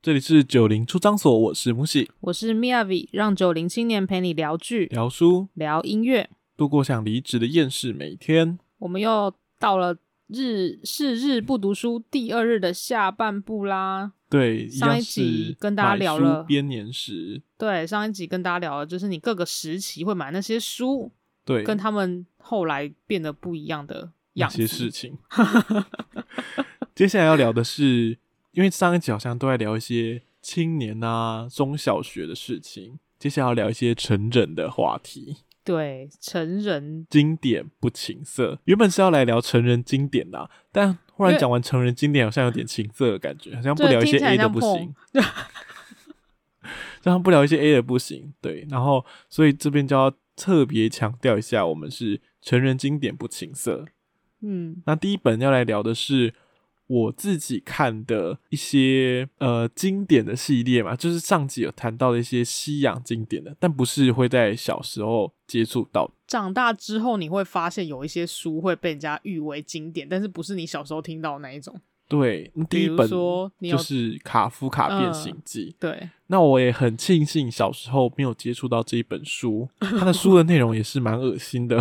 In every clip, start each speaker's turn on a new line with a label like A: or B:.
A: 这里是九零出张所，我是木喜，
B: 我是 Miyavi，让九零青年陪你聊剧、
A: 聊书，
B: 聊音乐。
A: 度过想离职的厌世每一天。
B: 我们又到了日是日不读书第二日的下半部啦。
A: 对，一
B: 上
A: 样
B: 一集
A: 是
B: 跟大家
A: 买
B: 聊
A: 书
B: 了
A: 编年史，
B: 对，上一集跟大家聊了，就是你各个时期会买那些书，
A: 对，
B: 跟他们后来变得不一样的
A: 那
B: 样
A: 些
B: 子。
A: 事情。 接下来要聊的是，因为上一集好像都在聊一些青年啊、中小学的事情，接下来要聊一些成人的话题。
B: 对，成人
A: 经典不情色，原本是要来聊成人经典啦，但忽
B: 因
A: 然
B: 为
A: 讲完成人经典，好像有点情色的感觉，好像不
B: 对
A: 聊一
B: 听
A: 些
B: 起来
A: A 的
B: 像
A: 不
B: 碰
A: 行， 这样不聊一些 A 的不行。对，然后所以这边就要特别强调一下，我们是成人经典不情色。
B: 嗯，
A: 那第一本要来聊的是我自己看的一些呃经典的系列嘛，就是上集有谈到的一些西洋经典的，但不是会在小时候接触到的
B: 长大之后你会发现有一些书会被人家誉为经典，但是不是你小时候听到的那一种。
A: 对，那第
B: 比
A: 一
B: 如
A: 本
B: 说你
A: 就
B: 有嗯
A: 是《卡夫卡变形记》
B: 对，
A: 那我也很庆幸小时候没有接触到这一本书，它的书的内容也是蛮恶心的。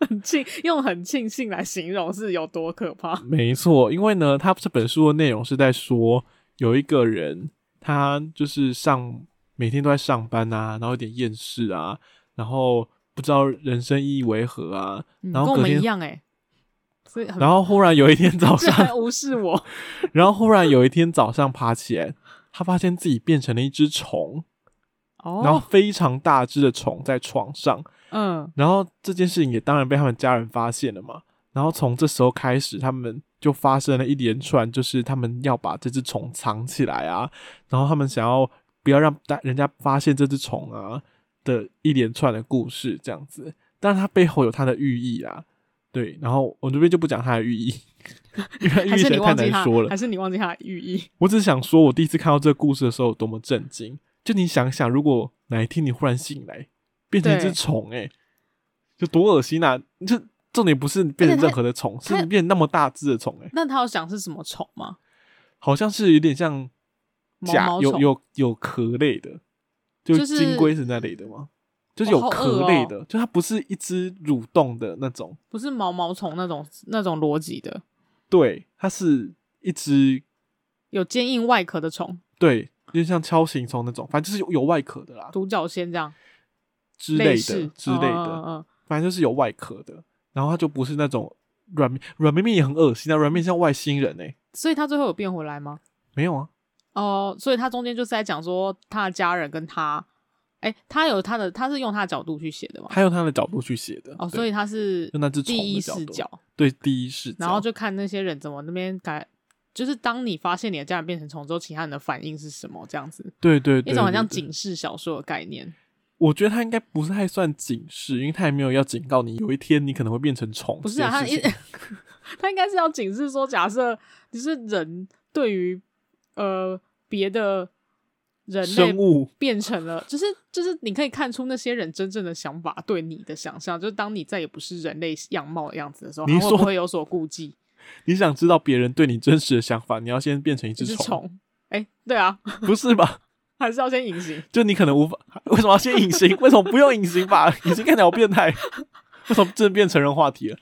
B: 很庆用很庆幸来形容是有多可怕。
A: 没错，因为呢，它这本书的内容是在说有一个人，他就是上每天都在上班啊，然后有点厌世啊，然后不知道人生意义为何啊，
B: 嗯
A: 然后
B: 跟我
A: 隔
B: 们
A: 天
B: 一样哎、欸，所以很
A: 然后忽然有一天早
B: 这
A: 上，
B: 还无视我，
A: 然后忽然有一天早上爬起来，他发现自己变成了一只虫。 然后
B: 哦，
A: 非常大只的虫在床上，
B: 嗯，
A: 然后这件事情也当然被他们家人发现了嘛。然后从这时候开始，他们就发生了一连串，就是他们要把这只虫藏起来啊，然后他们想要不要让大人家发现这只虫啊的一连串的故事这样子。但是它背后有它的寓意啊，对。然后我这边就不讲它的寓 意，因为它寓
B: 还
A: 意
B: 是
A: 实
B: 你
A: 在太
B: 忘记
A: 难
B: 它
A: 说了，
B: 还。是你忘记它的寓意？
A: 我只想说，我第一次看到这个故事的时候有多么震惊。就你想想，如果哪一天你忽然醒来，变成一只
B: 对
A: 虫，哎，就多恶心啊！这重点不是变
B: 而
A: 成
B: 且它
A: 任何的虫，是
B: 它
A: 你变成那么大只的虫，哎，
B: 那他有想是什么虫吗？
A: 好像是有点像
B: 毛
A: 甲，
B: 毛
A: 有
B: 虫
A: 有有壳类的，就
B: 就是
A: 金龟是那类的吗？就是
B: 哦
A: 有
B: 好
A: 壳
B: 恶
A: 类
B: 哦
A: 的，就它不是一只蠕动的那种，
B: 不是毛毛虫那种那种逻辑的，
A: 对，它是一只
B: 有坚硬外壳的虫，
A: 对，有点像锹形虫那种，反正就是有有外壳的啦
B: 独角仙这样
A: 之类
B: 似
A: 的之类的。
B: 嗯嗯嗯嗯
A: 反正就是有外壳的，然后它就不是那种软绵软绵绵也很恶心啊，软绵像外星人哎、
B: 所以他最后有变回来吗？
A: 没有啊，
B: 哦、所以他中间就是在讲说他的家人跟他，哎、他有他的，他是用他的角度去写的嘛？
A: 他用他的角度去写的
B: 哦，
A: 对
B: 所以他是
A: 用那只虫
B: 第
A: 的
B: 一
A: 角
B: 视
A: 度
B: 角，
A: 对第一视角，
B: 然后就看那些人怎么那边改，就是当你发现你的家人变成虫之后，其他人的反应是什么，这样子，
A: 对对对，
B: 一种很
A: 对
B: 像
A: 对
B: 警示小说的概念。
A: 我觉得他应该不太算警示，因为他也没有要警告你有一天你可能会变成虫这
B: 不是
A: 件事
B: 啊，他
A: 情，
B: 一 他应该是要警示说，假设你是人对于呃别的人类
A: 生物
B: 变成了，就是就是你可以看出那些人真正的想法对你的想象，就是当你再也不是人类样貌的样子的时候，
A: 你
B: 他会
A: 说
B: 不会有所顾忌？
A: 你想知道别人对你真实的想法，你要先变成一只
B: 就是
A: 虫，
B: 虫，哎、对啊，
A: 不是吧？
B: 还是要先隐形。
A: 就你可能无法，为什么要先隐形？为什么不用隐形吧？ 隐形看起来好变态，为什么真的变成人话题了？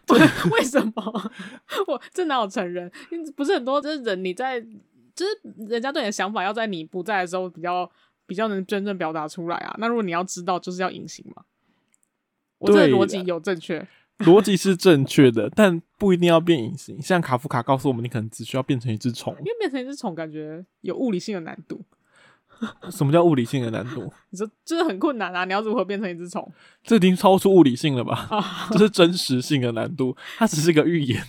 B: 为什么？ 我这哪有成人？你不是很多，就是人你在，就是人家对你的想法要在你不在的时候比较比较能真正表达出来啊。那如果你要知道，就是要隐形嘛。我这个
A: 对
B: 逻
A: 啦
B: 辑有正确，
A: 逻辑是正确的，但不一定要变隐形。像卡夫卡告诉我们，你可能只需要变成一只虫。
B: 因为变成一只虫感觉有物理性的难度，
A: 什么叫物理性的难度？
B: 你说就是很困难啊。你要如何变成一只虫？
A: 这已经超出物理性了 吧？
B: 啊
A: 这是真实性的难度，它只是个预言。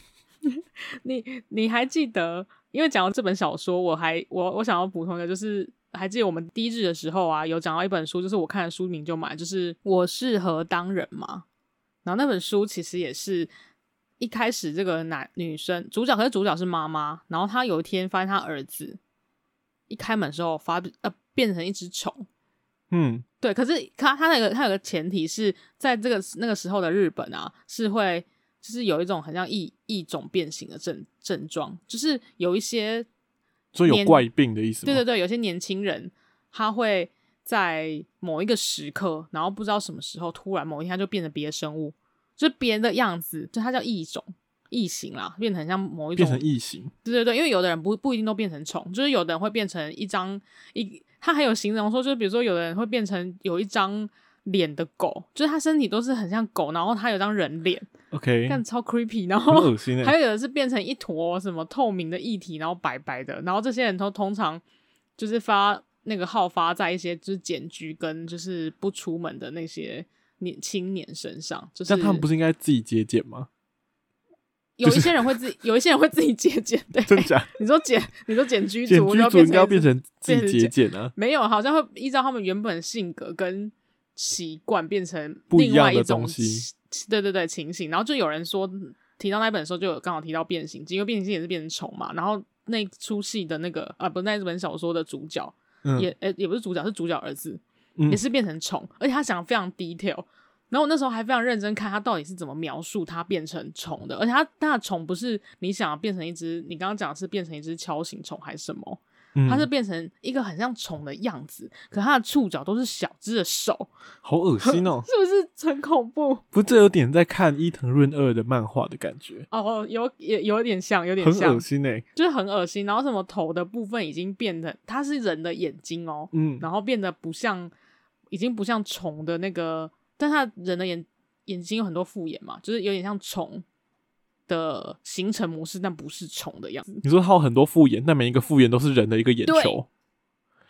B: 你你还记得？因为讲到这本小说，我还我我想要补充的就是，还记得我们第一日的时候啊，有讲到一本书，就是我看了书名就买，就是《我适合当人吗》。然后那本书其实也是一开始这个男女生主角，可是主角是妈妈，然后她有一天发现她儿子一开门的时候发呃变成一只虫，
A: 嗯，
B: 对，可是他他那个他有个前提是在这个那个时候的日本啊，是会就是有一种很像异异种变形的症症状，就是有一些
A: 所以有
B: 年
A: 怪病的意思吗？
B: 对对对，有些年轻人他会在某一个时刻，然后不知道什么时候，突然某一天他就变成别的生物，就是别人的样子，就他叫异种、异形啦，变成很像某一种
A: 变成异形，
B: 对对对，因为有的人不不一定都变成虫，就是有的人会变成一张一，他还有形容说，就是比如说有的人会变成有一张脸的狗，就是他身体都是很像狗，然后他有张人脸，
A: ，OK，
B: 但超 creepy，然
A: 很
B: 后
A: 恶心
B: 还
A: 哎、
B: 有有的是变成一坨什么透明的液体，然后白白的，然后这些人都通常就是发那个好发在一些就是简居跟就是不出门的那些年青年身上，就是
A: 但他们不是应该自己节俭 吗？
B: 有
A: 就
B: 一
A: 是
B: 些人会自己，有一些人会自己节俭，对，
A: 真假？
B: 你说简，你说简居
A: 简
B: 族，
A: 居
B: 然后
A: 族应该要变
B: 变成一只
A: 成自己节俭啊，
B: 没有，好像会依照他们原本性格跟习惯变成
A: 不一
B: 另外
A: 样的
B: 种
A: 东西
B: 情。对对对，情形。然后就有人说，提到那本书就有刚好提到变形记，因为变形记也是变成虫嘛。然后那出戏的那个啊，不，那本小说的主角、
A: 嗯
B: 也呃也不是主角，是主角儿子，
A: 嗯
B: 也是变成虫，而且他讲的非常 detail。然后我那时候还非常认真看他到底是怎么描述他变成虫的，而且他他的虫不是你想要变成一只，你刚刚讲的是变成一只锹形虫还是什么？
A: 嗯，
B: 它是变成一个很像虫的样子，可它的触角都是小只的手，
A: 好恶心哦、
B: 是不是很恐怖？
A: 不，这有点在看伊藤润二的漫画的感觉，
B: 哦，有也有点像，有点
A: 很
B: 像
A: 恶，心哎、
B: 就是很恶心。然后什么头的部分已经变得，它是人的眼睛哦，
A: 嗯，
B: 然后变得不像，已经不像虫的那个，但它人的眼眼睛有很多复眼嘛，就是有点像虫的形成模式，但不是虫的样 子。
A: 你说它有很多复眼，但每一个复眼都是人的一个眼
B: 对
A: 球，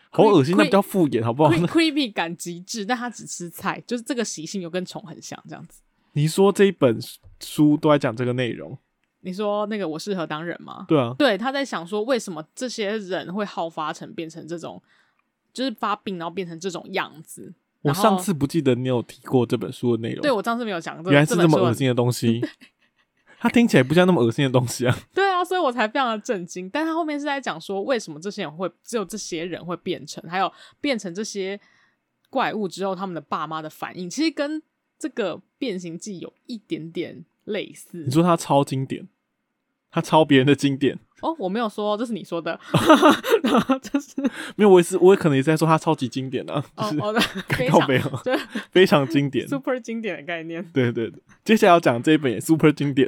A: 好恶心，
B: Cre-
A: 那不叫复眼好不好？
B: Cre-
A: 那
B: creepy 感极致，但它只吃菜，就是这个习性又跟虫很像，这样子。
A: 你说这一本书都在讲这个内容，
B: 你说那个我适合当人吗？
A: 对啊，
B: 对，他在想说为什么这些人会好发成变成这种，就是发病然后变成这种样子。
A: 我
B: 然后
A: 上次不记得你有提过这本书的内容，
B: 对我上次没有讲这，
A: 原来是
B: 这
A: 这么
B: 本书
A: 恶
B: 很。
A: 心的东西。它听起来不像那么恶心的东西啊！
B: 对啊，所以我才非常的震惊。但他后面是在讲说为什么这些人会只有这些人会变成，还有变成这些怪物之后他们的爸妈的反应，其实跟这个变形记有一点点类似
A: 你。说它超经典，它抄别人的经典，
B: 哦，我没有说，这是你 说的， 然后就是
A: 没有，我也是，我也可能也是在说它超级经典啊，就
B: 哦
A: 是
B: 哦，非
A: 告
B: 常
A: 没有，
B: 对
A: 非常经典。
B: super 经典的概念。
A: 对对对，接下来要讲这一本也 super 经典，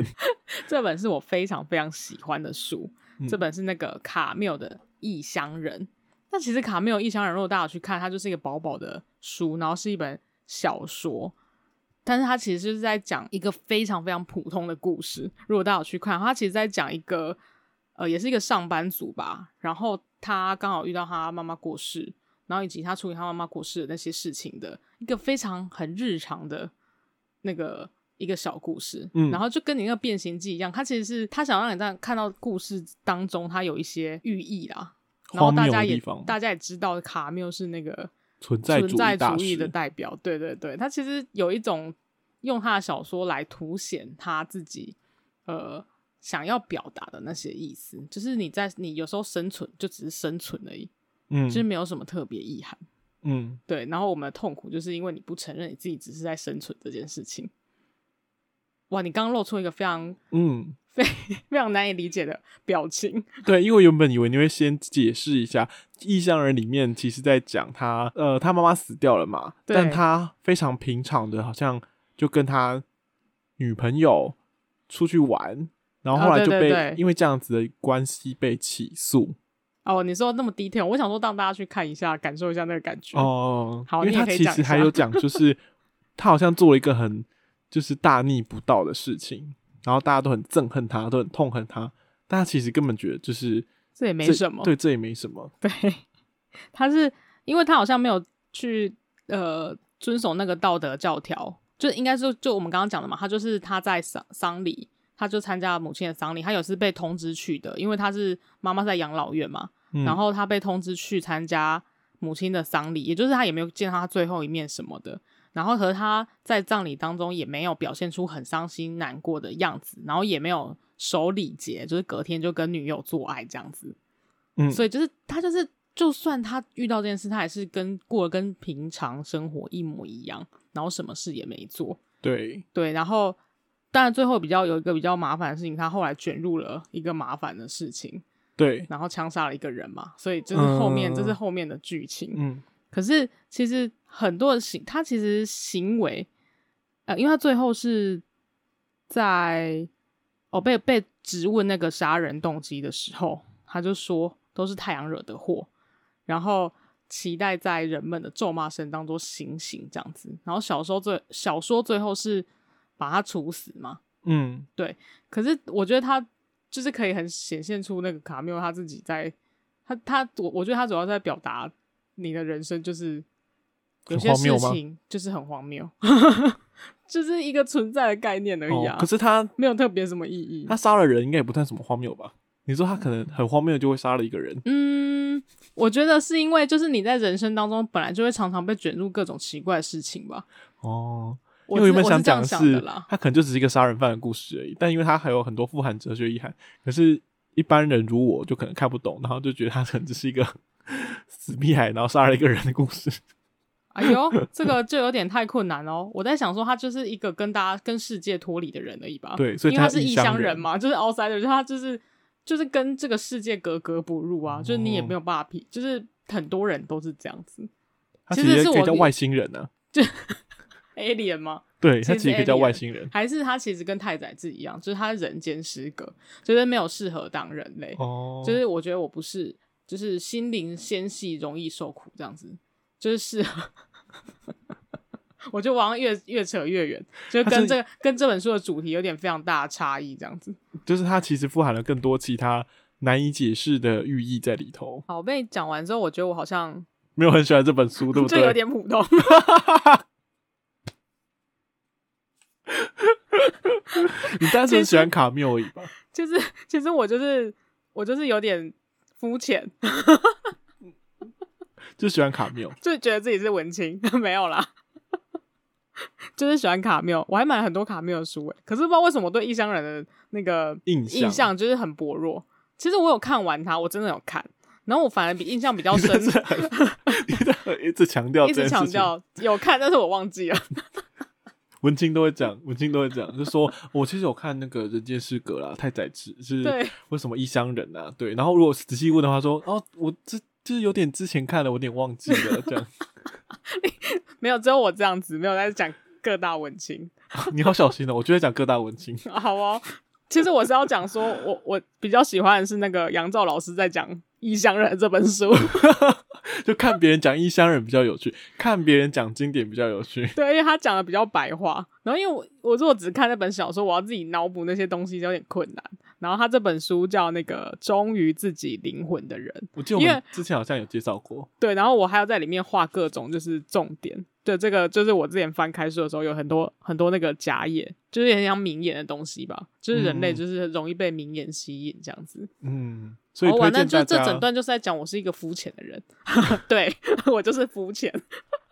B: 这本是我非常非常喜欢的书，
A: 嗯
B: 这本是那个卡缪的《异乡人》。那其实卡缪《异乡人》，如果大家有去看，它就是一个薄薄的书，然后是一本小说，但是它其实就是在讲一个非常非常普通的故事。如果大家有去看，它其实在讲一个呃，也是一个上班族吧，然后他刚好遇到他妈妈过世，然后以及他处理他妈妈过世的那些事情的一个非常很日常的那个一个小故事，
A: 嗯
B: 然后就跟你那个变形记一样，它其实是他想让你在看到故事当中它有一些寓意啦，然后
A: 荒
B: 大
A: 谬
B: 家
A: 的
B: 也
A: 地方，
B: 大家也知道卡缪是那个
A: 存在
B: 存
A: 主
B: 在
A: 义大
B: 主义
A: 师
B: 的代表，对对对，他其实有一种用他的小说来凸显他自己呃想要表达的那些意思，就是你在你有时候生存就只是生存而已，
A: 嗯
B: 就是没有什么特别意涵。
A: 嗯，
B: 对，然后我们的痛苦就是因为你不承认你自己只是在生存这件事情。哇，你刚刚露出一个非常
A: 嗯，
B: 非非常难以理解的表情，
A: 对，因为我原本以为你会先解释一下《异乡人》里面，其实在讲他，呃，他妈妈死掉了嘛，
B: 对
A: 但他非常平常的，好像就跟他女朋友出去玩，然后后来
B: 啊对
A: 就
B: 对
A: 被、
B: 对
A: 因为这样子的关系被起诉
B: 哦，你说那么 detail，我想说让大家去看一下，感受一下那个感觉。
A: 哦，
B: 好
A: 因为
B: 你也
A: 他
B: 可以
A: 其
B: 讲
A: 实
B: 一
A: 还
B: 下
A: 有讲，就是 他好像做了一个很就是大逆不道的事情，然后大家都很憎恨他，都很痛恨他，但他其实根本觉得就是
B: 这也没
A: 这
B: 什么，
A: 对，这也没什么，
B: 对，他是因为他好像没有去呃遵守那个道德教条，就应该是就我们刚刚讲的嘛，他就是他在丧丧礼，他就参加了母亲的丧礼，他有是被通知去的，因为他是妈妈在养老院嘛，
A: 嗯
B: 然后他被通知去参加母亲的丧礼，也就是他也没有见到他最后一面什么的。然后和他在葬礼当中也没有表现出很伤心难过的样子，然后也没有守礼节，就是隔天就跟女友做爱这样子。
A: 嗯
B: 所以就是他就是，就算他遇到这件事，他还是跟过得跟平常生活一模一样，然后什么事也没做。
A: 对。
B: 对，然后当然最后比较有一个比较麻烦的事情，他后来卷入了一个麻烦的事情，
A: 对，
B: 然后枪杀了一个人嘛，所以这是后面、
A: 嗯
B: 这是后面的剧情。
A: 嗯
B: 可是其实很多的行，他其实行为，呃，因为他最后是在哦被被质问那个杀人动机的时候，他就说都是太阳惹的祸，然后期待在人们的咒骂声当做行刑这样子。然后小说最小说最后是把他处死嘛，
A: 嗯，
B: 可是我觉得他就是可以很显现出那个卡缪他自己在他他我我觉得他主要是在表达你的人生就是有些
A: 很荒
B: 事
A: 谬吗
B: 情就是很荒谬， 就是一个存在的概念而已
A: 哦
B: 啊，，
A: 可是他
B: 没有特别什么意义
A: 他。杀了人，应该也不算什么荒谬吧？你说他可能很荒谬，就会杀了一个人，
B: 嗯，我觉得是因为就是你在人生当中本来就会常常被卷入各种奇怪的事情吧。
A: 哦。因
B: 我
A: 为我原
B: 是
A: 本
B: 我是这
A: 讲
B: 样
A: 的
B: 想
A: 是
B: 的啦，，
A: 他可能就只是一个杀人犯的故事而已，但因为他还有很多富含哲学意涵，可是一般人如我就可能看不懂，然后就觉得他可能只是一个 死屁孩，然后杀了一个人的故事。
B: 哎呦，这个就有点太困难哦。我在想说，他就是一个跟大家、跟世界脱离的人而已吧。
A: 对所以
B: 啊因为他
A: 他
B: 是
A: 异
B: 异
A: 乡
B: 乡人
A: 人
B: 嘛，就是 outsider，就是他就是就是跟这个世界格格不入啊，就是你也没有
A: 哦
B: 办法匹，就是很多人都是这样子。
A: 他
B: 其
A: 其
B: 实
A: 实
B: 是
A: 可以
B: 我
A: 叫
B: 理
A: 外星人呢、啊，
B: alien 吗？
A: 对
B: 其
A: 他
B: 实
A: 其实可以叫
B: alien
A: 外星人。
B: 还是他其实跟太宰治一样，就是他人间失格，就是没有适合当人类。
A: 哦，
B: 就是我觉得我不是，就是心灵纤细，容易受苦这样子，就是适合。 我觉得我好像越越扯越远，就
A: 它
B: 跟
A: 是
B: 这个跟这本书的主题有点非常大的差异，这样子。
A: 就是它其实富含了更多其他难以解释的寓意在里头。
B: 好，我被你讲完之后，我觉得我好像
A: 没有很喜欢这本书，对不
B: 就有
A: 对？
B: 点普通。
A: 你单
B: 其
A: 纯
B: 实
A: 喜欢卡缪而已吧？
B: 就是其实我就是我就是有点肤浅，
A: 就喜欢卡缪。
B: 就觉得自己是文青， 没有啦。就是喜欢卡缪，我还买了很多卡缪的书诶，欸可是不知道为什么我对异乡人的那个
A: 印象
B: 印象就是很薄弱。其实我有看完它，我真的有看，然后我反而比印象比较
A: 你
B: 深
A: 真，是很， 你真的很一直强调
B: 一
A: 这件
B: 直强
A: 事情。
B: 调有看，但是我忘记了。
A: 文青都会讲，文青都会讲，就说哦我其实有看那个《人间失格》啦，太宰治是
B: 对
A: 为什么异乡人啊？对，然后如果仔细问的话说哦，我这就是有点之前看了，我有点忘记 了，这样
B: 没有，只有我这样子，没有在讲各大文青。
A: 你好小心哦。我就会讲各大文青，
B: 好哦，其实我是要讲说，我我比较喜欢的是那个杨照老师在讲《异乡人》这本书。
A: 就看别人讲异乡人比较有趣，看别人讲经典比较有趣。
B: 对，因为他讲的比较白话。然后因为我我如果只看那本小说，我要自己脑补那些东西有点困难。然后他这本书叫那个《忠于自己灵魂的人》，
A: 我记得我
B: 因为
A: 们之前好像有介绍过，
B: 对，然后我还要在里面画各种就是重点。对，这个就是我之前翻开书的时候有很多很多那个假眼，就是很像名言的东西吧，就是人类
A: 嗯
B: 就是容易被名言吸引这样子。
A: 嗯，所以
B: 好玩
A: 推
B: 哦那
A: 荐
B: 就
A: 大
B: 这
A: 家，
B: 整段就是在讲我是一个肤浅的人， 对我就是肤浅。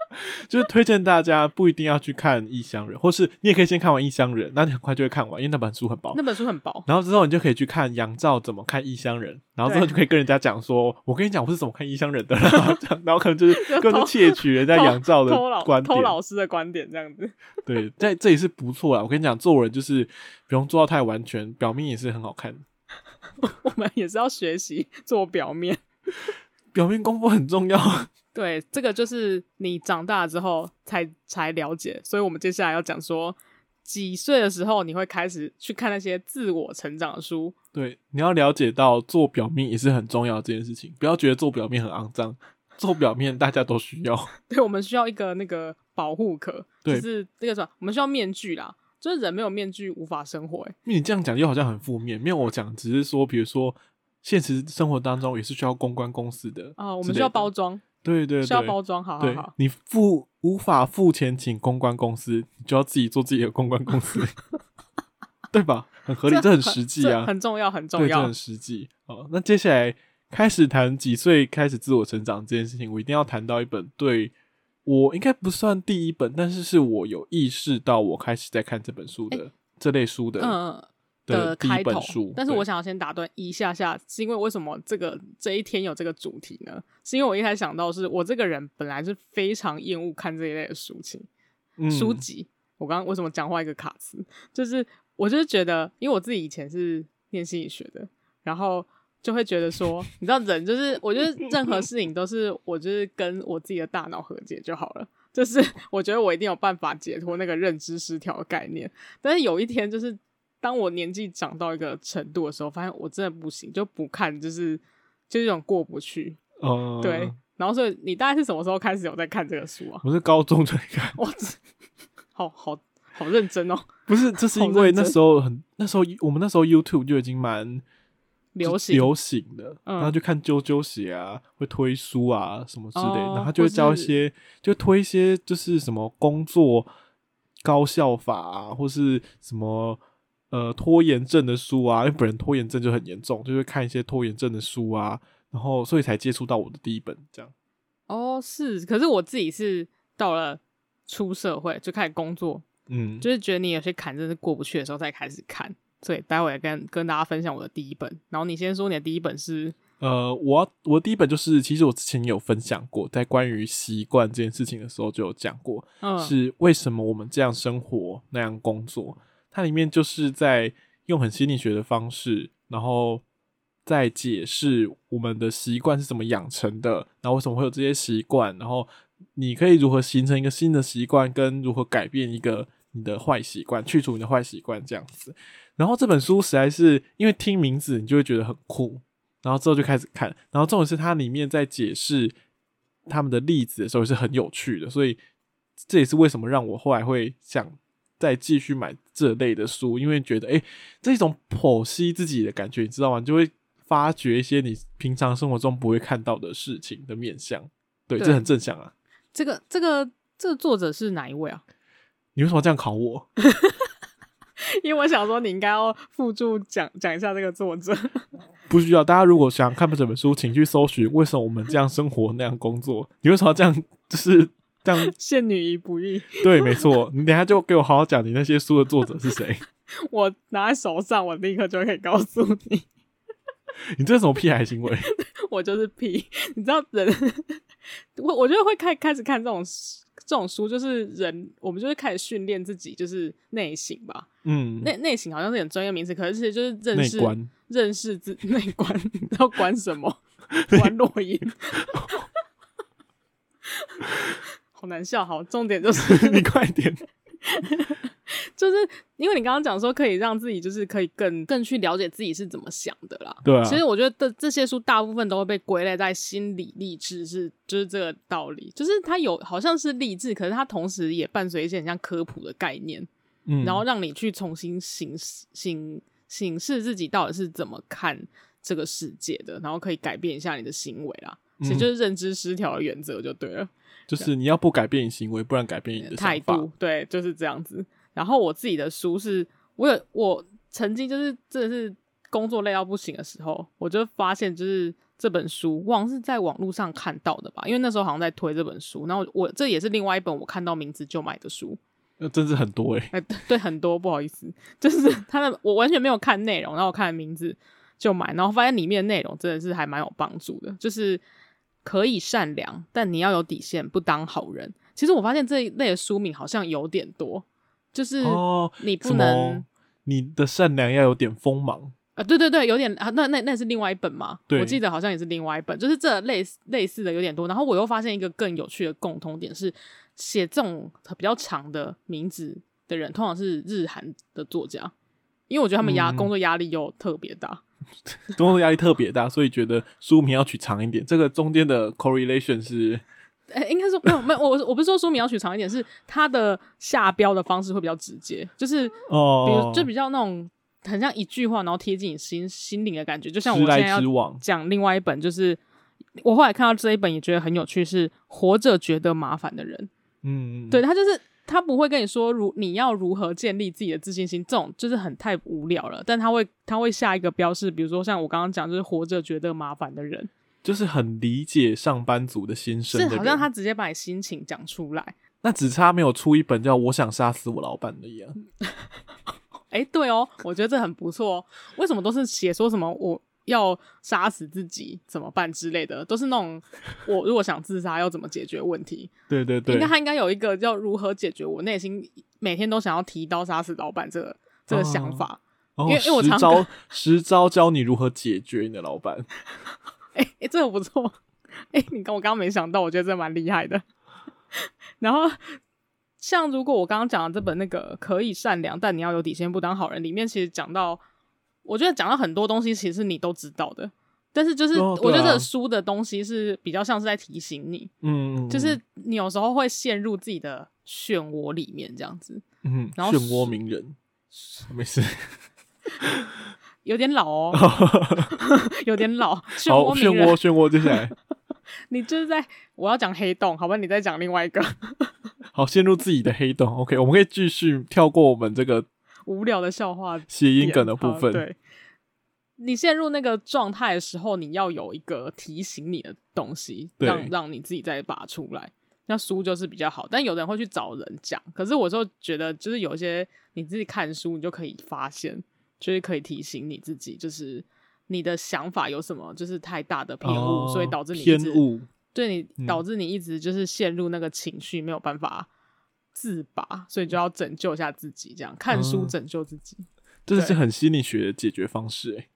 A: 就是推荐大家不一定要去看《异乡人》，或是你也可以先看完《异乡人》，那你很快就会看完，因为那本书很薄
B: 那。本书很薄，
A: 然后之后你就可以去看杨照怎么看《异乡人》，然后之后
B: 对
A: 就可以跟人家讲说：“我跟你讲，我是怎么看《异乡人》的。”然 后这样然后可能就是各自窃取人家
B: 偷
A: 杨照的
B: 偷老
A: 观
B: 偷
A: 点。
B: 老师的观点这样子。
A: 对，在这也是不错啦。我跟你讲，做人就是不用做到太完全，表面也是很好看的。
B: 我们也是要学习做表面。
A: 表面功夫很重要。
B: 对，这个就是你长大之后才才了解，所以我们接下来要讲说，几岁的时候你会开始去看那些自我成长的书，
A: 对，你要了解到做表面也是很重要的这件事情，不要觉得做表面很肮脏，做表面大家都需要。
B: 对我们需要一个那个保护壳，就
A: 对
B: 是那个什么，我们需要面具啦，就是人没有面具无法生活、欸。
A: 因为你这样讲又好像很负面，没有我讲只是说，比如说现实生活当中也是需要公关公司的
B: 啊、我
A: 之
B: 们
A: 类
B: 需要
A: 的
B: 包装，
A: 对对对，
B: 需要包装，好好
A: 对
B: 好，
A: 你付无法付钱请公关公司，你就要自己做自己的公关公 司，对吧？很合理，这很实际
B: 这
A: 啊，
B: 很重要，很重
A: 对，这
B: 要
A: 很。实际。哦，那接下来开始谈几岁开始自我成长这件事情，我一定要谈到一本对我应该不算第一本，但是是我有意识到我开始在看这本书的、这类书的，
B: 嗯，
A: 的第
B: 开
A: 一
B: 头
A: 本书，。
B: 但是我
A: 对
B: 想要先打断一下下，是因为为什么这个这一天有这个主题呢？是因为我一开始想到是我这个人本来是非常厌恶看这一类的书情、书
A: 嗯
B: 籍。我刚刚为什么讲话一个卡词？就是我就是觉得，因为我自己以前是念心理学的，然后。就会觉得说， 你知道人就是，我觉得任何事情都是我就是跟我自己的大脑和解就好了。就是 我觉得我一定有办法解脱那个认知失调的概念，但是有一天就是当我年纪长到一个程度的时候，发现我真的不行，就不看就是就是一种过不去。
A: 嗯，
B: 对，，然后所以你大概是什么时候开始有在看这个书啊？
A: 我是高中就在看，
B: 我好好好认真哦，
A: 不是，这是因
B: 好
A: 为
B: 认
A: 那
B: 真
A: 时候很，那时候我们那时候 YouTube 就已经蛮
B: 流
A: 就是
B: 行
A: 流行的，
B: 嗯
A: 然后就看啾啾鞋啊，会推书啊什么之类的，
B: 哦
A: 然后他就会教一些，就推一些就是什么工作高效法啊，或是什么呃拖延症的书啊，因为本人拖延症就很严重，就会看一些拖延症的书啊，然后所以才接触到我的第一本这样。
B: 哦，是，可是我自己是到了出社会就开始工作，
A: 嗯，
B: 就是觉得你有些坎真是过不去的时候才开始看。所以待会儿跟跟大家分享我的第一本，然后你先说你的第一本是
A: 呃，我要我第一本就是，其实我之前有分享过，在关于习惯这件事情的时候就有讲过，
B: 嗯
A: 是为什么我们这样生活那样工作？它里面就是在用很心理学的方式，然后再解释我们的习惯是怎么养成的，然后为什么会有这些习惯，然后你可以如何形成一个新的习惯，跟如何改变一个你的坏习惯，去除你的坏习惯这样子。然后这本书实在是因为听名字你就会觉得很酷，然后之后就开始看，然后重点是它里面在解释他们的例子的时候是很有趣的，所以这也是为什么让我后来会想再继续买这类的书，因为觉得诶、这种剖析自己的感觉，你知道吗？你就会发掘一些你平常生活中不会看到的事情的面相，对，
B: 对
A: 这很正向啊。
B: 这个这个这个作者是哪一位啊？
A: 你为什么这样考我？
B: 因为我想说你应该要附注讲讲一下这个作者。
A: 不需要。大家如果想看这本书，请去搜寻为什么我们这样生活那样工作。你为什么要这样？就是这样
B: 陷女亦不易，
A: 对，没错。你等一下就给我好好讲你那些书的作者是谁。
B: 我拿在手上，我立刻就可以告诉你，
A: 你这是什么屁孩行为？
B: 我就是屁。 你知道人，我我觉得会开开始看这种这种书，就是人，我们就会开始训练自己，就是内省吧。
A: 嗯，
B: 内内省好像是很专业名词，可是其实就是认
A: 内
B: 识
A: 观。
B: 认识自内观， 要管什么？管落音。好难笑，好，重点就是
A: 你快点。
B: 就是因为你刚刚讲说可以让自己就是可以更更去了解自己是怎么想的啦。
A: 对啊
B: 其实我觉得这这些书大部分都会被归类在心理励志是就是这个道理，就是它有好像是励志，可是它同时也伴随一些很像科普的概念，
A: 嗯，
B: 然后让你去重新醒醒醒视自己到底是怎么看这个世界的，然后可以改变一下你的行为啦。其实
A: 嗯
B: 就是认知失调的原则就对了。
A: 就是你要不改变你行为，不然改变你的
B: 态
A: 想法。
B: 度，对，就是这样子。然后我自己的书是，我有我曾经就是真的是工作累到不行的时候，我就发现就是这本书，我好像是在网络上看到的吧，因为那时候好像在推这本书。然后我我这也是另外一本我看到名字就买的书，
A: 那真是很多欸诶、
B: 哎、对对，很多不好意思， 就是它的我完全没有看内容，然后我看名字就买，然后发现里面的内容真的是还蛮有帮助的，就是可以善良，但你要有底线，不当好人。其实我发现这一类的书名好像有点多，就是
A: 哦，
B: 你不
A: 什么
B: 能、
A: 你的善良要有点锋芒。
B: 啊，对对对，有点啊，那那那是另外一本嘛，
A: 对
B: 我记得好像也是另外一本，就是这类似类似的有点多。然后我又发现一个更有趣的共通点是，写这种比较长的名字的人，通常是日韩的作家，因为我觉得他们压、
A: 嗯
B: 工作压力又特别大。
A: 工作压力特别大，所以觉得书名要取长一点。这个中间的 correlation 是
B: 哎、应该说没有没有，我我不是说书名要取长一点，是它的下标的方式会比较直接，就是比如、
A: 哦，
B: 就比较那种很像一句话，然后贴近你心心灵的感觉，就像我
A: 直
B: 现在
A: 来
B: 要
A: 直往。
B: 讲另外一本，就是我后来看到这一本也觉得很有趣，是《活着觉得麻烦的人》。
A: 嗯，
B: 对他就是他不会跟你说如你要如何建立自己的自信心，这种就是很太无聊了。但他会他会下一个标示，比如说像我刚刚讲，就是活着觉得麻烦的人，
A: 就是很理解上班族的心声
B: 是
A: 的人。
B: 好像他直接把你心情讲出来。
A: 那只差没有出一本叫《我想杀死我老板》的一样。
B: 哎、对哦，我觉得这很不错哦。为什么都是写说什么我要杀死自己怎么办之类的，都是那种我如果想自杀要怎么解决问题。
A: 对对对
B: 应该，他应该有一个
A: 哦
B: 叫如何解决我内心每天都想要提刀杀死老板这个这个想法，
A: 然
B: 因
A: 后
B: 为因为我
A: 十
B: 常
A: 招十招教你如何解决你的老板。
B: 哎、欸，这个不错。 哎、你刚我刚刚没想到，我觉得这蛮厉害的。 然后，像如果我刚刚讲的这本那个《可以善良，但你要有底线，不当好人》里面，其实讲到，我觉得讲到很多东西，其实你都知道的。但是就是，
A: 哦
B: 我
A: 对
B: 觉得这
A: 啊
B: 个书的东西是比较像是在提醒你，
A: 嗯，
B: 就是你有时候会陷入自己的漩涡里面，这样子
A: 嗯，
B: 然后
A: 漩涡鸣人，没事。
B: 有点 老哦， 有点老。漩
A: 好，
B: 涡
A: 漩
B: 鸣
A: 涡，
B: 人，
A: 漩涡，接下 来，
B: 你就是在我要讲黑洞，好吧？你再讲另外一个
A: 好，陷入自己的黑洞。OK，我们可以继续跳过我们这个
B: 无聊的笑话
A: 谐音梗的
B: 点
A: 部
B: 好
A: 分。
B: 对，你陷入那个状态的时候，你要有一个提醒你的东西，
A: 对
B: 让让你自己再拔出来。那书就是比较好，但有的人会去找人讲。可是我就觉得，就是有一些你自己看书，你就可以发现，就是可以提醒你自己，就是你的想法有什么就是太大的偏误，
A: 哦
B: 所以导致你一
A: 偏
B: 直
A: 误。
B: 对
A: 嗯
B: 你导致你一直就是陷入那个情绪，没有办法自拔，所以就要拯救一下自己，这样看书
A: 嗯
B: 拯救自己。
A: 这是
B: 对
A: 很心理学的解决方式、欸，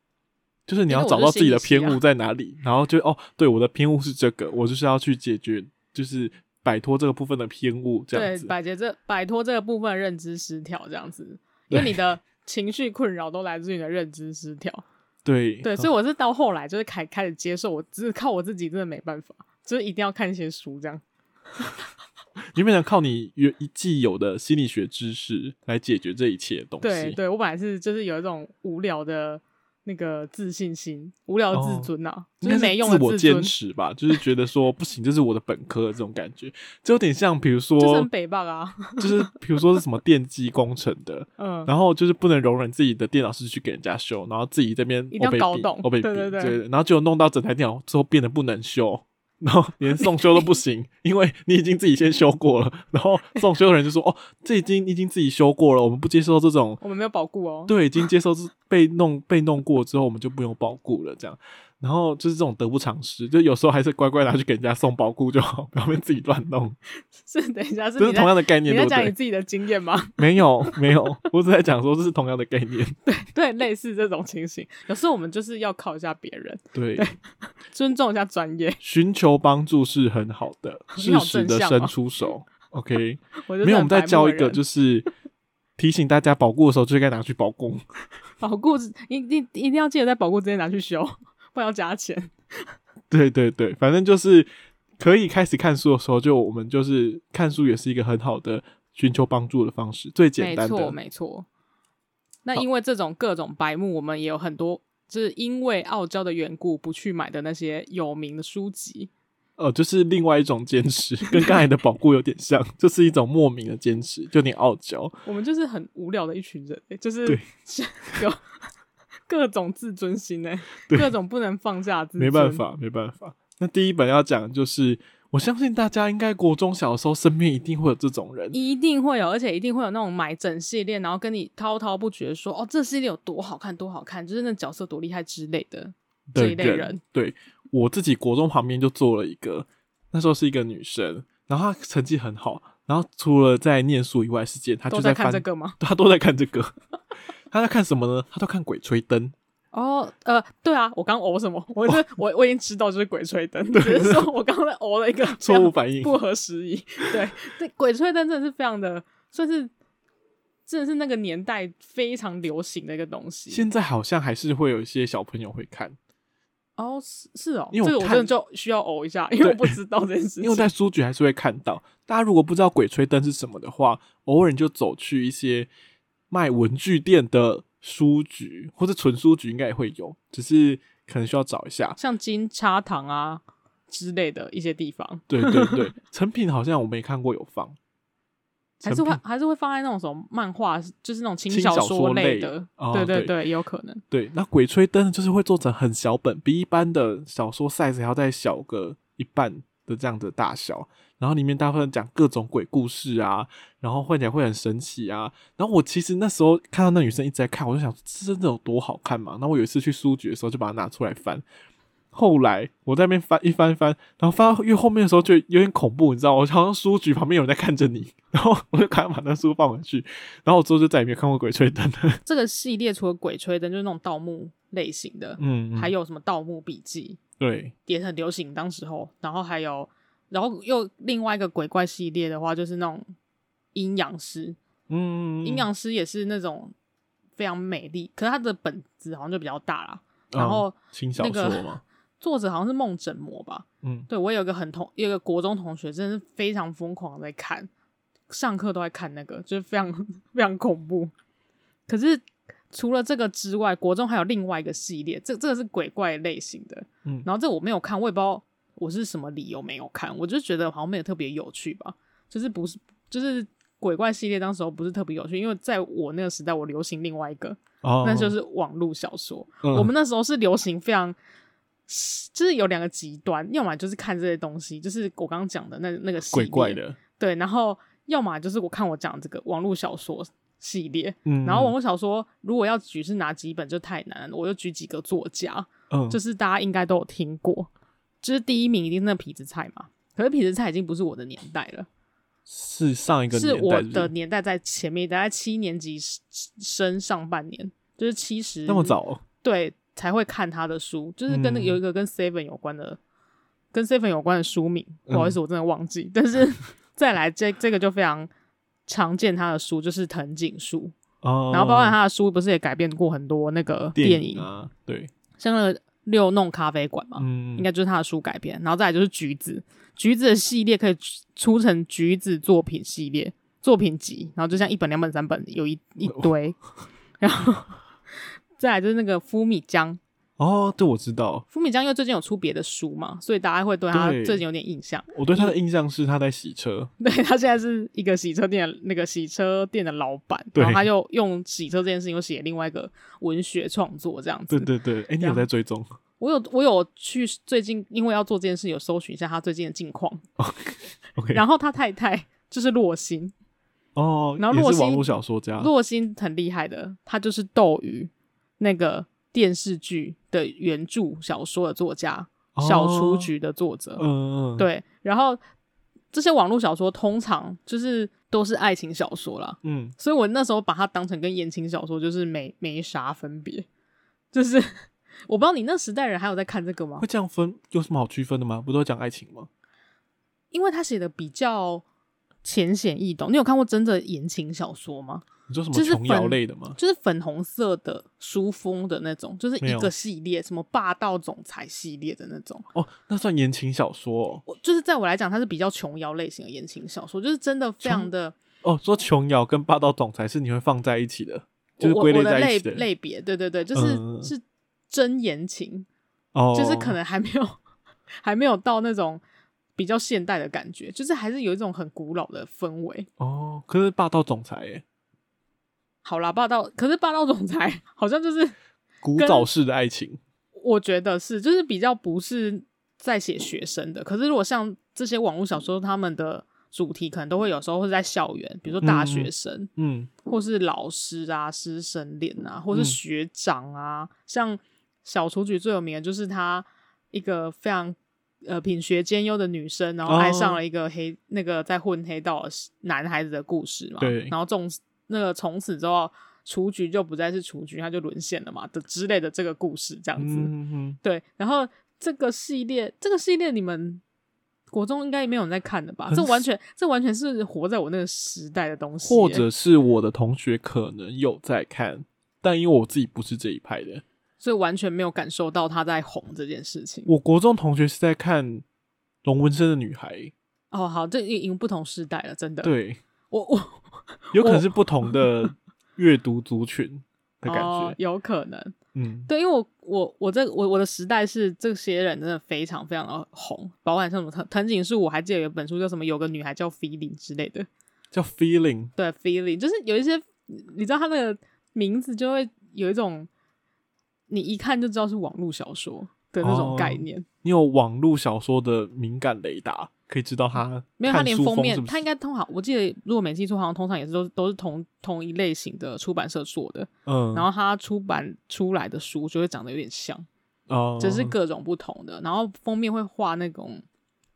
A: 就是你
B: 因
A: 要
B: 为我
A: 找
B: 是
A: 到自己
B: 心
A: 的
B: 理系
A: 偏误
B: 啊
A: 在哪里，然后就哦，对，我的偏误是这个，我就是要去解决，就是摆脱这个部分的偏误，这样
B: 对，
A: 子。
B: 摆解这摆脱这个部分认知失调这样子，因为
A: 对
B: 你的情绪困扰都来自于你的认知失调。
A: 对
B: 对，所以我是到后来就是开开始接受，我只是靠我自己真的没办法，就是一定要看一些书这样。
A: 你变成靠你原既有的心理学知识来解决这一切东西。
B: 对，对我本来是就是有一种无聊的那个自信心，无聊的自尊呐、啊，
A: 哦应
B: 就
A: 该
B: 是
A: 是
B: 没用
A: 自
B: 的
A: 我
B: 自
A: 坚
B: 尊，
A: 持吧，就是觉得说不行，这是我的本科这种感觉，这有点像，比如说，
B: 就是很北棒啊。
A: 就是比如说是什么电机工程的，
B: 嗯，
A: 然后就是不能容忍自己的电脑是去给人家修，然后自己这边
B: 一定要搞懂
A: 我被逼，
B: 对对对
A: 然后就弄到整台电脑之后变得不能修，然后连送修都不行，因为你已经自己先修过了，然后送修的人就说：“哦，这已经已经自己修过了，我们不接受这种，
B: 我们没有保护哦。
A: 对，已经接受是被弄被弄过之后，我们就不用保固了。”这样，然后就是这种得不偿失，就有时候还是乖乖拿去给人家送保固就好，不要被自己乱弄，
B: 是等一下是
A: 这
B: 你
A: 是同样
B: 在
A: 的概念，
B: 你
A: 对
B: 在
A: 不
B: 讲你
A: 对？
B: 自己的经验吗？
A: 没有没有，我只是在讲说这是同样的概念，
B: 对，类似这种情形，有时候我们就是要靠一下别人，
A: 对。
B: 尊重一下专 业。
A: 寻求帮助是很好的，
B: 你
A: 适
B: 好
A: 时
B: 正
A: 的
B: 向
A: 伸
B: 哦
A: 出 手。OK，
B: 我就
A: 没有，我们再教
B: 教
A: 一个，就是提醒大家保固的时候就应该拿去保固。
B: 保固，一一一定要记得在保固之前拿去修， 不然要加钱。
A: 对对对，反正就是可以开始看书的时候，就我们就是看书也是一个很好的寻求帮助的方式，最简
B: 没
A: 单
B: 错，
A: 的。
B: 没错。那因为这种各种白目，我们也有很多，就是因为傲娇的缘故不去买的那些有名的书籍。
A: 呃，就是另外一种坚持，跟刚才的保固有点像，就是一种莫名的坚持，就有点傲娇。
B: 我们就是很无聊的一群人，欸就是
A: 对
B: 是 有各种自尊心呢、
A: 对
B: 各种不能放下自尊，
A: 没办。法，没办法。那第一本要讲的就是，我相信大家应该国中小的时候身边一定会有这种人，
B: 一定会有，而且一定会有那种买整系列，然后跟你滔滔不绝说哦，这系列有多好看，多好看，就是那角色多厉害之类的这
A: 的
B: 一类人。
A: 对我自己国中旁边就坐了一个，那时候是一个女生，然后她成绩很好，然后除了在念书以外的时间，她就
B: 都在
A: 翻，
B: 看这个吗？
A: 她都在看这个。 她在看什么呢？她都看《鬼吹灯
B: 哦，呃，对啊，我刚呕什么？
A: 哦
B: 我是我我已经知道就是《鬼吹灯》，只是说我刚才呕了一个》，
A: 错误反应。
B: 不合时宜。 对，这《鬼吹灯》真的是非常的，算是真的是那个年代非常流行的一个东西。
A: 现在好像还是会有一些小朋友会看，
B: 哦，是是哦，
A: 因为我
B: 这个我
A: 看
B: 真的就需要呕一下，因为我不知道这件事
A: 因为我
B: 情。
A: 在书局还是会看到。大家如果不知道《鬼吹灯》是什么的话，偶尔你就走去一些卖文具店的书局，或者纯书局应该也会有，只是可能需要找一下。
B: 像金叉糖啊之类的一些地方，
A: 对对对，成品好像我没看过有放，
B: 还是
A: 成
B: 会
A: 品
B: 还是会放在那种什么漫画，就是那种轻
A: 轻小说
B: 说
A: 类
B: 的。
A: 哦
B: 对
A: 对
B: 对，也有可能。
A: 对。那《鬼吹灯》就是会做成很小本，比一般的小说 size 还要再小个一半的这样的大小。然后里面大部分讲各种鬼故事啊，然后看起来会很神奇啊。然后我其实那时候看到那女生一直在看，我就想这真的有多好看嘛？那我有一次去书局的时候就把它拿出来翻，后来我在那边翻一翻一翻，然后翻到越后面的时候就有点恐怖，你知道吗，我好像书局旁边有人在看着你，然后我就赶快把那书放回去，然后我之后就再也没有看过《鬼吹灯》了。
B: 这个系列除了《鬼吹灯》就是那种盗墓类型的，
A: 嗯，嗯
B: 还有什么《盗墓笔记
A: 对》
B: 也很流行当时候，然后还有，然后又另外一个鬼怪系列的话，就是那种阴阳师，
A: 嗯，
B: 阴阳师也是那种非常美丽，可是它的本子好像就比较大啦。
A: 嗯
B: 然后
A: 轻小
B: 那
A: 说
B: 个、
A: 嘛，
B: 作者好像是梦枕魔吧？
A: 嗯，
B: 对我有一个很同，有一个国中同学，真的是非常疯狂地在看，上课都在看那个，就是非常非常恐怖。可是除了这个之外，国中还有另外一个系列，这这个是鬼怪类型的，
A: 嗯
B: 然后这我没有看，我也不知道我是什么理由没有看，我就觉得好像没有特别有趣吧，就是不是就是鬼怪系列，当时候不是特别有趣，因为在我那个时代，我流行另外一个，
A: 哦，
B: 那就是网络小说。
A: 嗯
B: 我们那时候是流行非常，就是有两个极端，要么就是看这些东西，就是我刚刚讲的那那个系
A: 鬼
B: 列
A: 怪，的，
B: 对，然后要么就是我看我讲这个网络小说系列，
A: 嗯，
B: 然后网络小说如果要举是哪几本就太难了，我就举几个作家，
A: 嗯
B: 就是大家应该都有听过，就是第一名一定是那痞子蔡嘛，可是痞子蔡已经不是我的年代了。
A: 是上一个
B: 是
A: 年代
B: 我
A: 是不
B: 的
A: 是
B: 年代在前面，大概七年级升上半年，就是七十
A: 那么早哦，
B: 对才会看他的书，就是跟那
A: 嗯
B: 有一个跟 Seven 有关的，跟 Seven 有关的书名，不好意思，
A: 嗯
B: 我真的忘记。但是再来这这个就非常常见他的书，就是藤井树，
A: 哦，
B: 嗯然后包括他的书不是也改编过很多那个
A: 电
B: 电影，
A: 啊，对，
B: 像那个六弄咖啡馆嘛，
A: 嗯，
B: 应该就是他的书改编，然后再来就是橘子，橘子的系列可以出成橘子作品系列、作品集，然后就像一本、两本、三本，有一一
A: 哦
B: 堆， 然后再来就是那个福米江，
A: 哦，这我知道，
B: 福米江因为最近有出别的书嘛，所以大家会对他
A: 对
B: 最近有点印象。
A: 我对他的印象是他在洗车，
B: 对他现在是一个洗车店的那个洗车店的老板，
A: 对
B: 然后他又用洗车这件事情又写另外一个文学创作这样子
A: 对。对对，哎，你有在追踪？
B: 我有我有去最近因为要做这件事，有搜寻一下他最近的近况。
A: OK，
B: 然后他太太就是洛星，
A: 哦，
B: 然后
A: 也
B: 洛
A: 是网
B: 心
A: 络小说家，哦
B: 洛星很厉害的，他就是斗鱼那个电视剧的原著小说的作家，
A: 哦
B: 小雏，菊的作者。
A: 嗯嗯，嗯，
B: 对，然后这些网络小说通常就是都是爱情小说啦，
A: 嗯，
B: 所以我那时候把它当成跟言情小说就是没没啥分别，就是我不知道你那时代人还有在看这个吗
A: 会？这样分有什么好区分的吗？不都讲爱情吗？
B: 因为他写的比较浅显易懂。你有看过真的言情小说吗？
A: 你说什么
B: 就是
A: 琼瑶
B: 粉
A: 类的吗？
B: 就是粉红色的书风的那种，就是
A: 没
B: 一
A: 有
B: 个系列，什么霸道总裁系列的那种。
A: 哦，那算言情小说哦。
B: 我就是在我来讲，它是比较琼瑶类型的言情小说，就是真的非常的，
A: 哦，说琼瑶跟霸道总裁是你会放在一起的，就是
B: 我
A: 归
B: 我的
A: 在一
B: 类
A: 起
B: 类别，对对对，就是、
A: 嗯嗯嗯
B: 是真言情，
A: 哦，
B: 就是可能还没有还没有到那种比较现代的感觉，就是还是有一种很古老的氛围。
A: 哦，可是霸道总裁欸耶，
B: 好啦，霸道，可是霸道总裁 好像就是
A: 古
B: 跟
A: 早式的爱情，
B: 我觉得是，就是比较不是在写学生的。可是如果像这些网络小说，他们的主题可能都会有时候会在校园，比如说大学生、
A: 嗯，
B: 或是老师啊、师生恋啊，或是
A: 嗯
B: 学长啊。像小雏菊最有名的就是她一个非常呃品学兼优的女生，然后
A: 哦
B: 爱上了一个黑、那个在混黑道的男孩子的故事嘛。
A: 对
B: 然后从那个从此之后。雏菊就不再是雏菊，她就沦陷了嘛的之类的这个故事，这样子。
A: 嗯嗯
B: 对，然后这个系列，这个系列你们国中应该没有人在看的吧？
A: 很
B: 这完全，这完全是活在我那个时代的东西耶，
A: 或者是我的同学可能有在看，但因为我自己不是这一派的，
B: 所以完全没有感受到他在红这件事情。
A: 我国中同学是在看龙纹身的女孩，
B: 哦，好，这已经不同时代了，真的。，
A: 对，
B: 我我
A: 有可能
B: 我
A: 是不同 的阅读族群的感
B: 哦
A: 觉，，
B: 有可能。
A: 嗯，
B: 对，因为我我我这我我的时代是这些人真的非常非常的红，包含像什么藤藤井树，我还记得有一本书叫什么，有个女孩叫菲林之类的。
A: 叫 feeling，
B: 对 feeling，就是有一些你知道他的名字就会有一种你一看就知道是网络小说的那
A: 哦
B: 种概念。
A: 你有网络小说的敏感雷达，可以知道他
B: 没有，他
A: 看
B: 连
A: 书
B: 封
A: 风
B: 面，
A: 是不
B: 他
A: 是
B: 应该通常我记得，如果没记错，好像通常也是都都是同同一类型的出版社做的，
A: 嗯，
B: 然后他出版出来的书就会长得有点像，
A: 哦，
B: 只是各种不同的，然后封面会画那种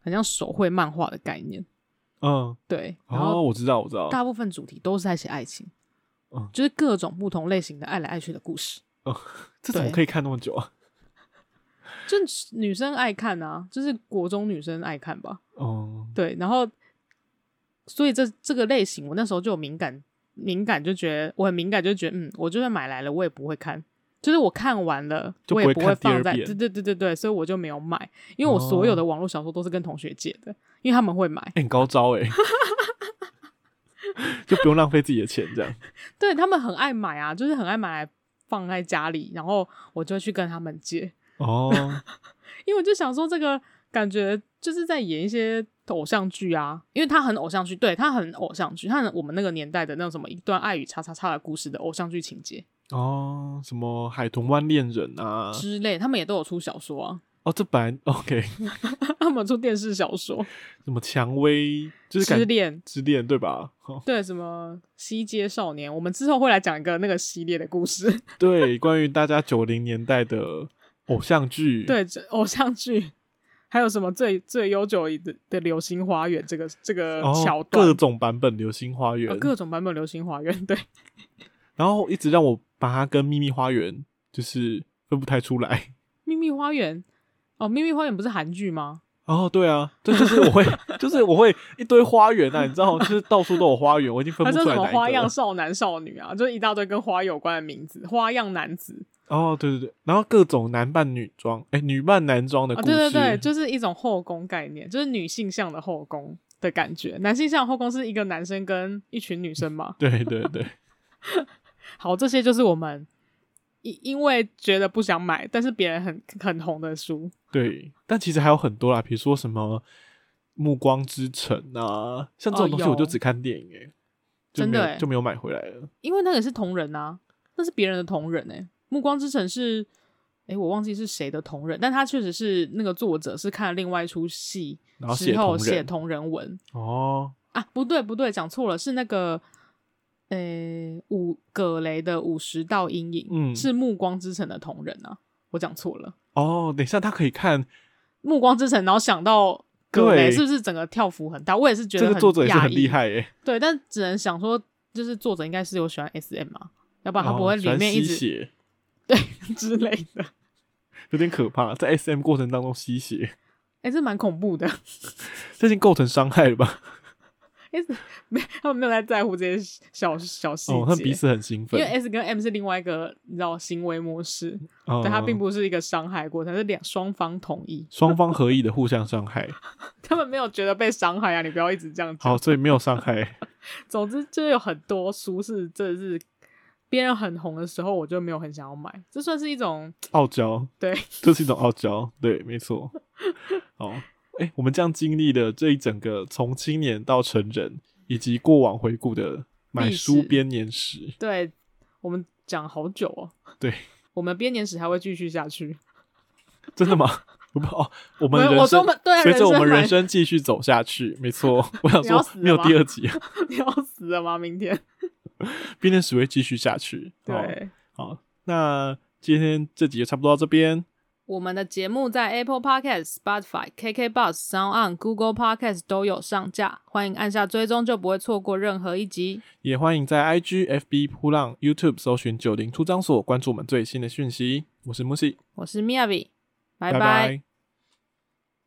B: 很像手绘漫画的概念，
A: 嗯，
B: 对，然
A: 哦，
B: 后
A: 我知道，我知道，
B: 大部分主题都是在写爱情
A: 嗯，
B: 就是各种不同类型的爱来爱去的故事，
A: 这怎么
B: 对
A: 可以看那么久 啊？
B: 就是女生爱看啊，就是国中女生爱看吧，
A: 哦，
B: 对，然后所以这这个类型，我那时候就有敏感，敏感就觉得我很敏感，就觉得嗯，我就算买来了，我也不会看。就是我看完了，
A: 就不
B: 我也
A: 会
B: 不
A: 看
B: 会
A: 第二
B: 放在，
A: 遍哦
B: 对对对对对，所以我就没有买，因为我所有的网络小说都是跟同学借的，因为他们会买，
A: 哎、很高招 哎、就不用浪费自己的钱这样。
B: 对他们很爱买啊，就是很爱买来放在家里，然后我就会去跟他们借，
A: 哦，
B: 因为我就想说这个感觉就是在演一些偶像剧啊，因为它很偶像剧，对，它很偶像剧，它很我们那个年代的那种什么一段爱与叉叉叉的故事的偶像剧情节
A: 哦，什么海豚湾恋人啊？
B: 之类，他们也都有出小说啊，
A: 哦，这本来 OK，
B: 他们有出电视小说，
A: 什么蔷薇， 就是感
B: 失恋。
A: 之恋对吧？哦，
B: 对，什么西街少年，我们之后会来讲一个那个系列的故
A: 嗯
B: 事。
A: 对，关于大家九零年代的偶像剧，，
B: 对，这偶像剧，还有什么最最悠久的的《流星花园》这个这个
A: 然
B: 桥
A: 后
B: 段，
A: 哦各种版本《流星花园
B: 呃》各种版本《流星花园》对，
A: 然后一直让我把它跟《秘密花园》就是分不太出来。
B: 秘密花园》哦，《秘密花园》不是韩剧吗？
A: 哦，对啊，这就是我会，就是我会一堆花园啊，你知道，就是到处都有花园，我已经分
B: 还
A: 不
B: 是
A: 出
B: 什
A: 来
B: 么
A: 哪一
B: 花
A: 个
B: 样
A: 了
B: 少男少女啊，就是一大堆跟花有关的名字，花样男子
A: 哦，对对对，然后各种男扮女装，哎，女扮男装的
B: 啊，
A: 故事，
B: 对对对，就是一种后宫概念，就是女性向的后宫的感觉。男性向的后宫是一个男生跟一群女生嘛。
A: 对对对
B: 好，这些就是我们因因为觉得不想买，但是别人很很红的书。
A: 对，但其实还有很多啦，比如说什么《暮光之城》啊，像这种
B: 哦
A: 东西，我就
B: 有
A: 只看电影、欸，哎，
B: 真的
A: 就
B: 欸
A: 没有买回来了。
B: 因为那个是同人啊，那是别人的同人哎、暮光之城》是，哎、我忘记是谁的同人，但他确实是那个作者是看了另外一出戏
A: 然后写
B: 之后
A: 同
B: 写
A: 人
B: 同人文
A: 哦，
B: 啊，不对不对，讲错了，是那个，呃、五葛雷的《五十道阴影》
A: 嗯
B: 是《暮光之城》的同人啊，我讲错了，《
A: 哦，等一下，他可以看
B: 暮光之城》，然后想到葛雷
A: 对
B: 是不是整个跳幅很大？我也是觉得
A: 这个作者也是
B: 讶
A: 很
B: 异
A: 厉害欸耶、
B: 对，但只能想说，就是作者应该是有喜欢 SM 啊，要不
A: 欸，
B: 然他不
A: 哦
B: 会
A: 喜
B: 里
A: 欢
B: 面一
A: 吸
B: 直、
A: 血，
B: 之类的。
A: 有点可怕，在 S M 过程当中吸血，
B: 哎、这蛮恐怖的。
A: 这已经构成伤害了吧？
B: S 没，他们没有在在乎这些小小细节。
A: 哦，他们彼此很兴
B: 因
A: 奋
B: 为，S 跟 M 是另外一个，你知道行为模式，
A: 哦
B: 对它并不是一个伤害过程，是两双方同意，
A: 双方合意的互相伤 害。
B: 他们没有觉得被伤害啊！你不要一直这样讲。
A: 好，所以没有伤害。
B: 总之就是有很多书是这是别人很红的时候，我就没有很想要买，这算是一种
A: 傲娇，
B: 对，
A: 这是一种傲娇，对，没错。好，哎、我们这样经历了这一整个从青年到成人，以及过往回顾的买
B: 历
A: 书
B: 史
A: 编年史，
B: 对我们讲好久哦。
A: 对，
B: 我们编年史还会继续下去。
A: 真的吗？ 我不哦，我们
B: 没有
A: 人
B: 我说
A: 生
B: 我们对啊
A: 随着我们人
B: 人生
A: 生继续走下去，没 错。我想
B: 你要
A: 说
B: 死了
A: 没有
B: 吗
A: 第二集，啊
B: 你要死了吗？明天？
A: 编年史会继续下去。
B: 对。
A: 好，好，那今天这集就差不多到这边。
B: 我们的节目在 Apple Podcast、Spotify、KK Bus、Sound On、Google Podcast 都有上架，欢迎按下追踪，就不会错过任何一集。
A: 也欢迎在 IG、FB、扑浪、YouTube 搜寻“九零出张所”，关注我们最新的讯息。我是木西，
B: 我是 Miyabi，拜
A: 拜
B: 拜
A: 拜